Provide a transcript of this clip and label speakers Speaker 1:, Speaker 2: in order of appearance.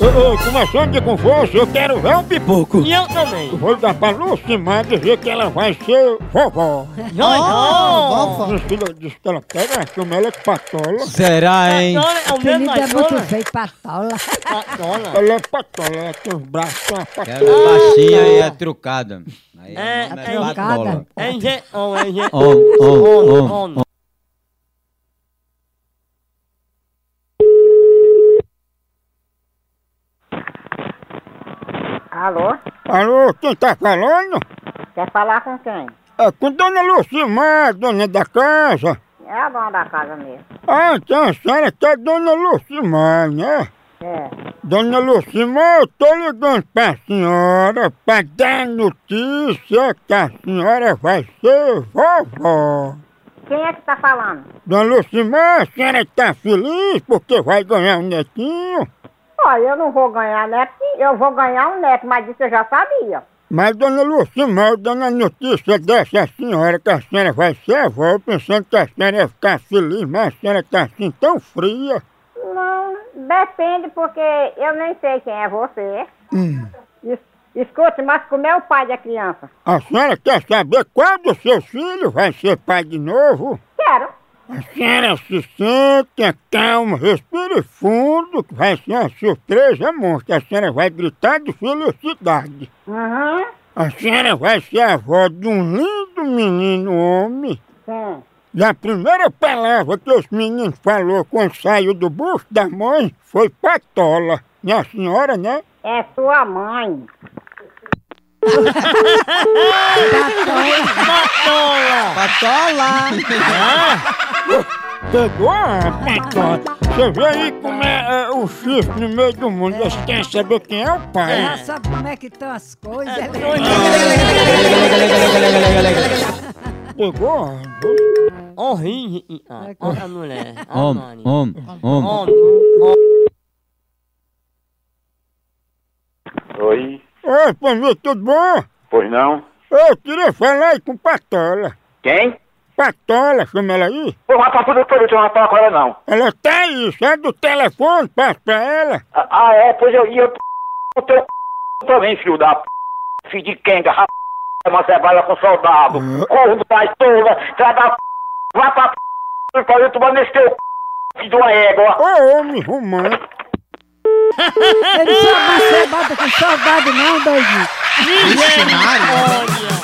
Speaker 1: Ô, ô, começando de com força, eu quero ver o pipoco.
Speaker 2: E eu também.
Speaker 1: Vou dar pra Lucimar dizer que ela vai ser vovó.
Speaker 2: Não, não.
Speaker 3: vovó.
Speaker 1: Diz que, ela- diz que ela pega a chumela que patola.
Speaker 4: Será,
Speaker 5: Tá
Speaker 4: hein?
Speaker 2: Patola, é o
Speaker 3: Ele
Speaker 2: mesmo da
Speaker 3: é muito
Speaker 2: Jola.
Speaker 3: feio, patola.
Speaker 2: Patola.
Speaker 1: Ela é patola, ela tem os braços, uma
Speaker 4: Aquela
Speaker 1: patola.
Speaker 4: baixinha aí é trucada. Aí
Speaker 2: É,
Speaker 4: o nome
Speaker 2: é
Speaker 4: patola.
Speaker 3: trucada.
Speaker 2: É engen... Oh, é engen...
Speaker 4: Om, om, om.
Speaker 2: Homem.
Speaker 5: Alô?
Speaker 1: Alô, quem tá falando?
Speaker 5: Quer falar com quem?
Speaker 1: É com Dona Lucimar, dona da casa.
Speaker 5: É a dona da casa mesmo.
Speaker 1: Ah, então a senhora que é Dona Lucimar, né?
Speaker 5: É.
Speaker 1: Dona Lucimar, eu tô ligando pra senhora pra dar notícia que a senhora vai ser vovó.
Speaker 5: Quem é que tá falando?
Speaker 1: Dona Lucimar, a senhora tá feliz porque vai ganhar um netinho?
Speaker 5: Olha, eu não vou ganhar neto, eu vou ganhar um neto, mas disso eu já sabia.
Speaker 1: Mas, Dona Lucimar, eu dando a notícia dessa senhora que a senhora vai ser avó, eu pensando que a senhora ia ficar feliz, mas a senhora tá assim tão fria.
Speaker 5: Não, depende, porque eu nem sei quem é você. Es- Escute, mas como é o pai da criança?
Speaker 1: A senhora quer saber qual dos seus filhos vai ser pai de novo?
Speaker 5: Quero.
Speaker 1: A senhora se sente, calma, respire fundo, que vai ser uma surpresa monstro. A senhora vai gritar de felicidade.
Speaker 5: Uhum.
Speaker 1: A senhora vai ser a avó de um lindo menino homem.
Speaker 5: Sim.
Speaker 1: E a primeira palavra que os meninos falou quando saiu do bucho da mãe foi patola. E a senhora, né?
Speaker 5: É sua mãe.
Speaker 2: Patola.
Speaker 4: Patola!
Speaker 1: Pegou a patola. Você vê aí como é, é, o chifre no meio do mundo. Você quer saber quem é o pai.
Speaker 3: Ela sabe como é que estão as coisas. né?
Speaker 1: Pegou a
Speaker 2: Horrível. Ah, olha a mulher. Ah,
Speaker 4: Om,
Speaker 2: Mari.
Speaker 4: om, om.
Speaker 2: Homem.
Speaker 6: Oi,
Speaker 1: Oi, Pamir, tudo bom?
Speaker 6: pois não?
Speaker 1: Eu queria falar aí com patola.
Speaker 6: Quem?
Speaker 1: Patola, chama ela aí.
Speaker 6: Pô, rapaz, tudo que eu não vai falar com ela, não.
Speaker 1: Ela tá aí, sai do telefone, passa pra ela.
Speaker 6: Ah, ah, é, pois eu ia p... o teu p... também, filho da p... Filho de quenga, rapaz, macebada é com soldado. Corro do pai toda, traga p... Vai pra p... e pra eu tomar nesse teu p... filho de uma égua.
Speaker 1: Ô homem romântico.
Speaker 3: Ele não sabe mais ser bota com saudade, não, doidinho.
Speaker 4: Dicionário?
Speaker 2: Olha.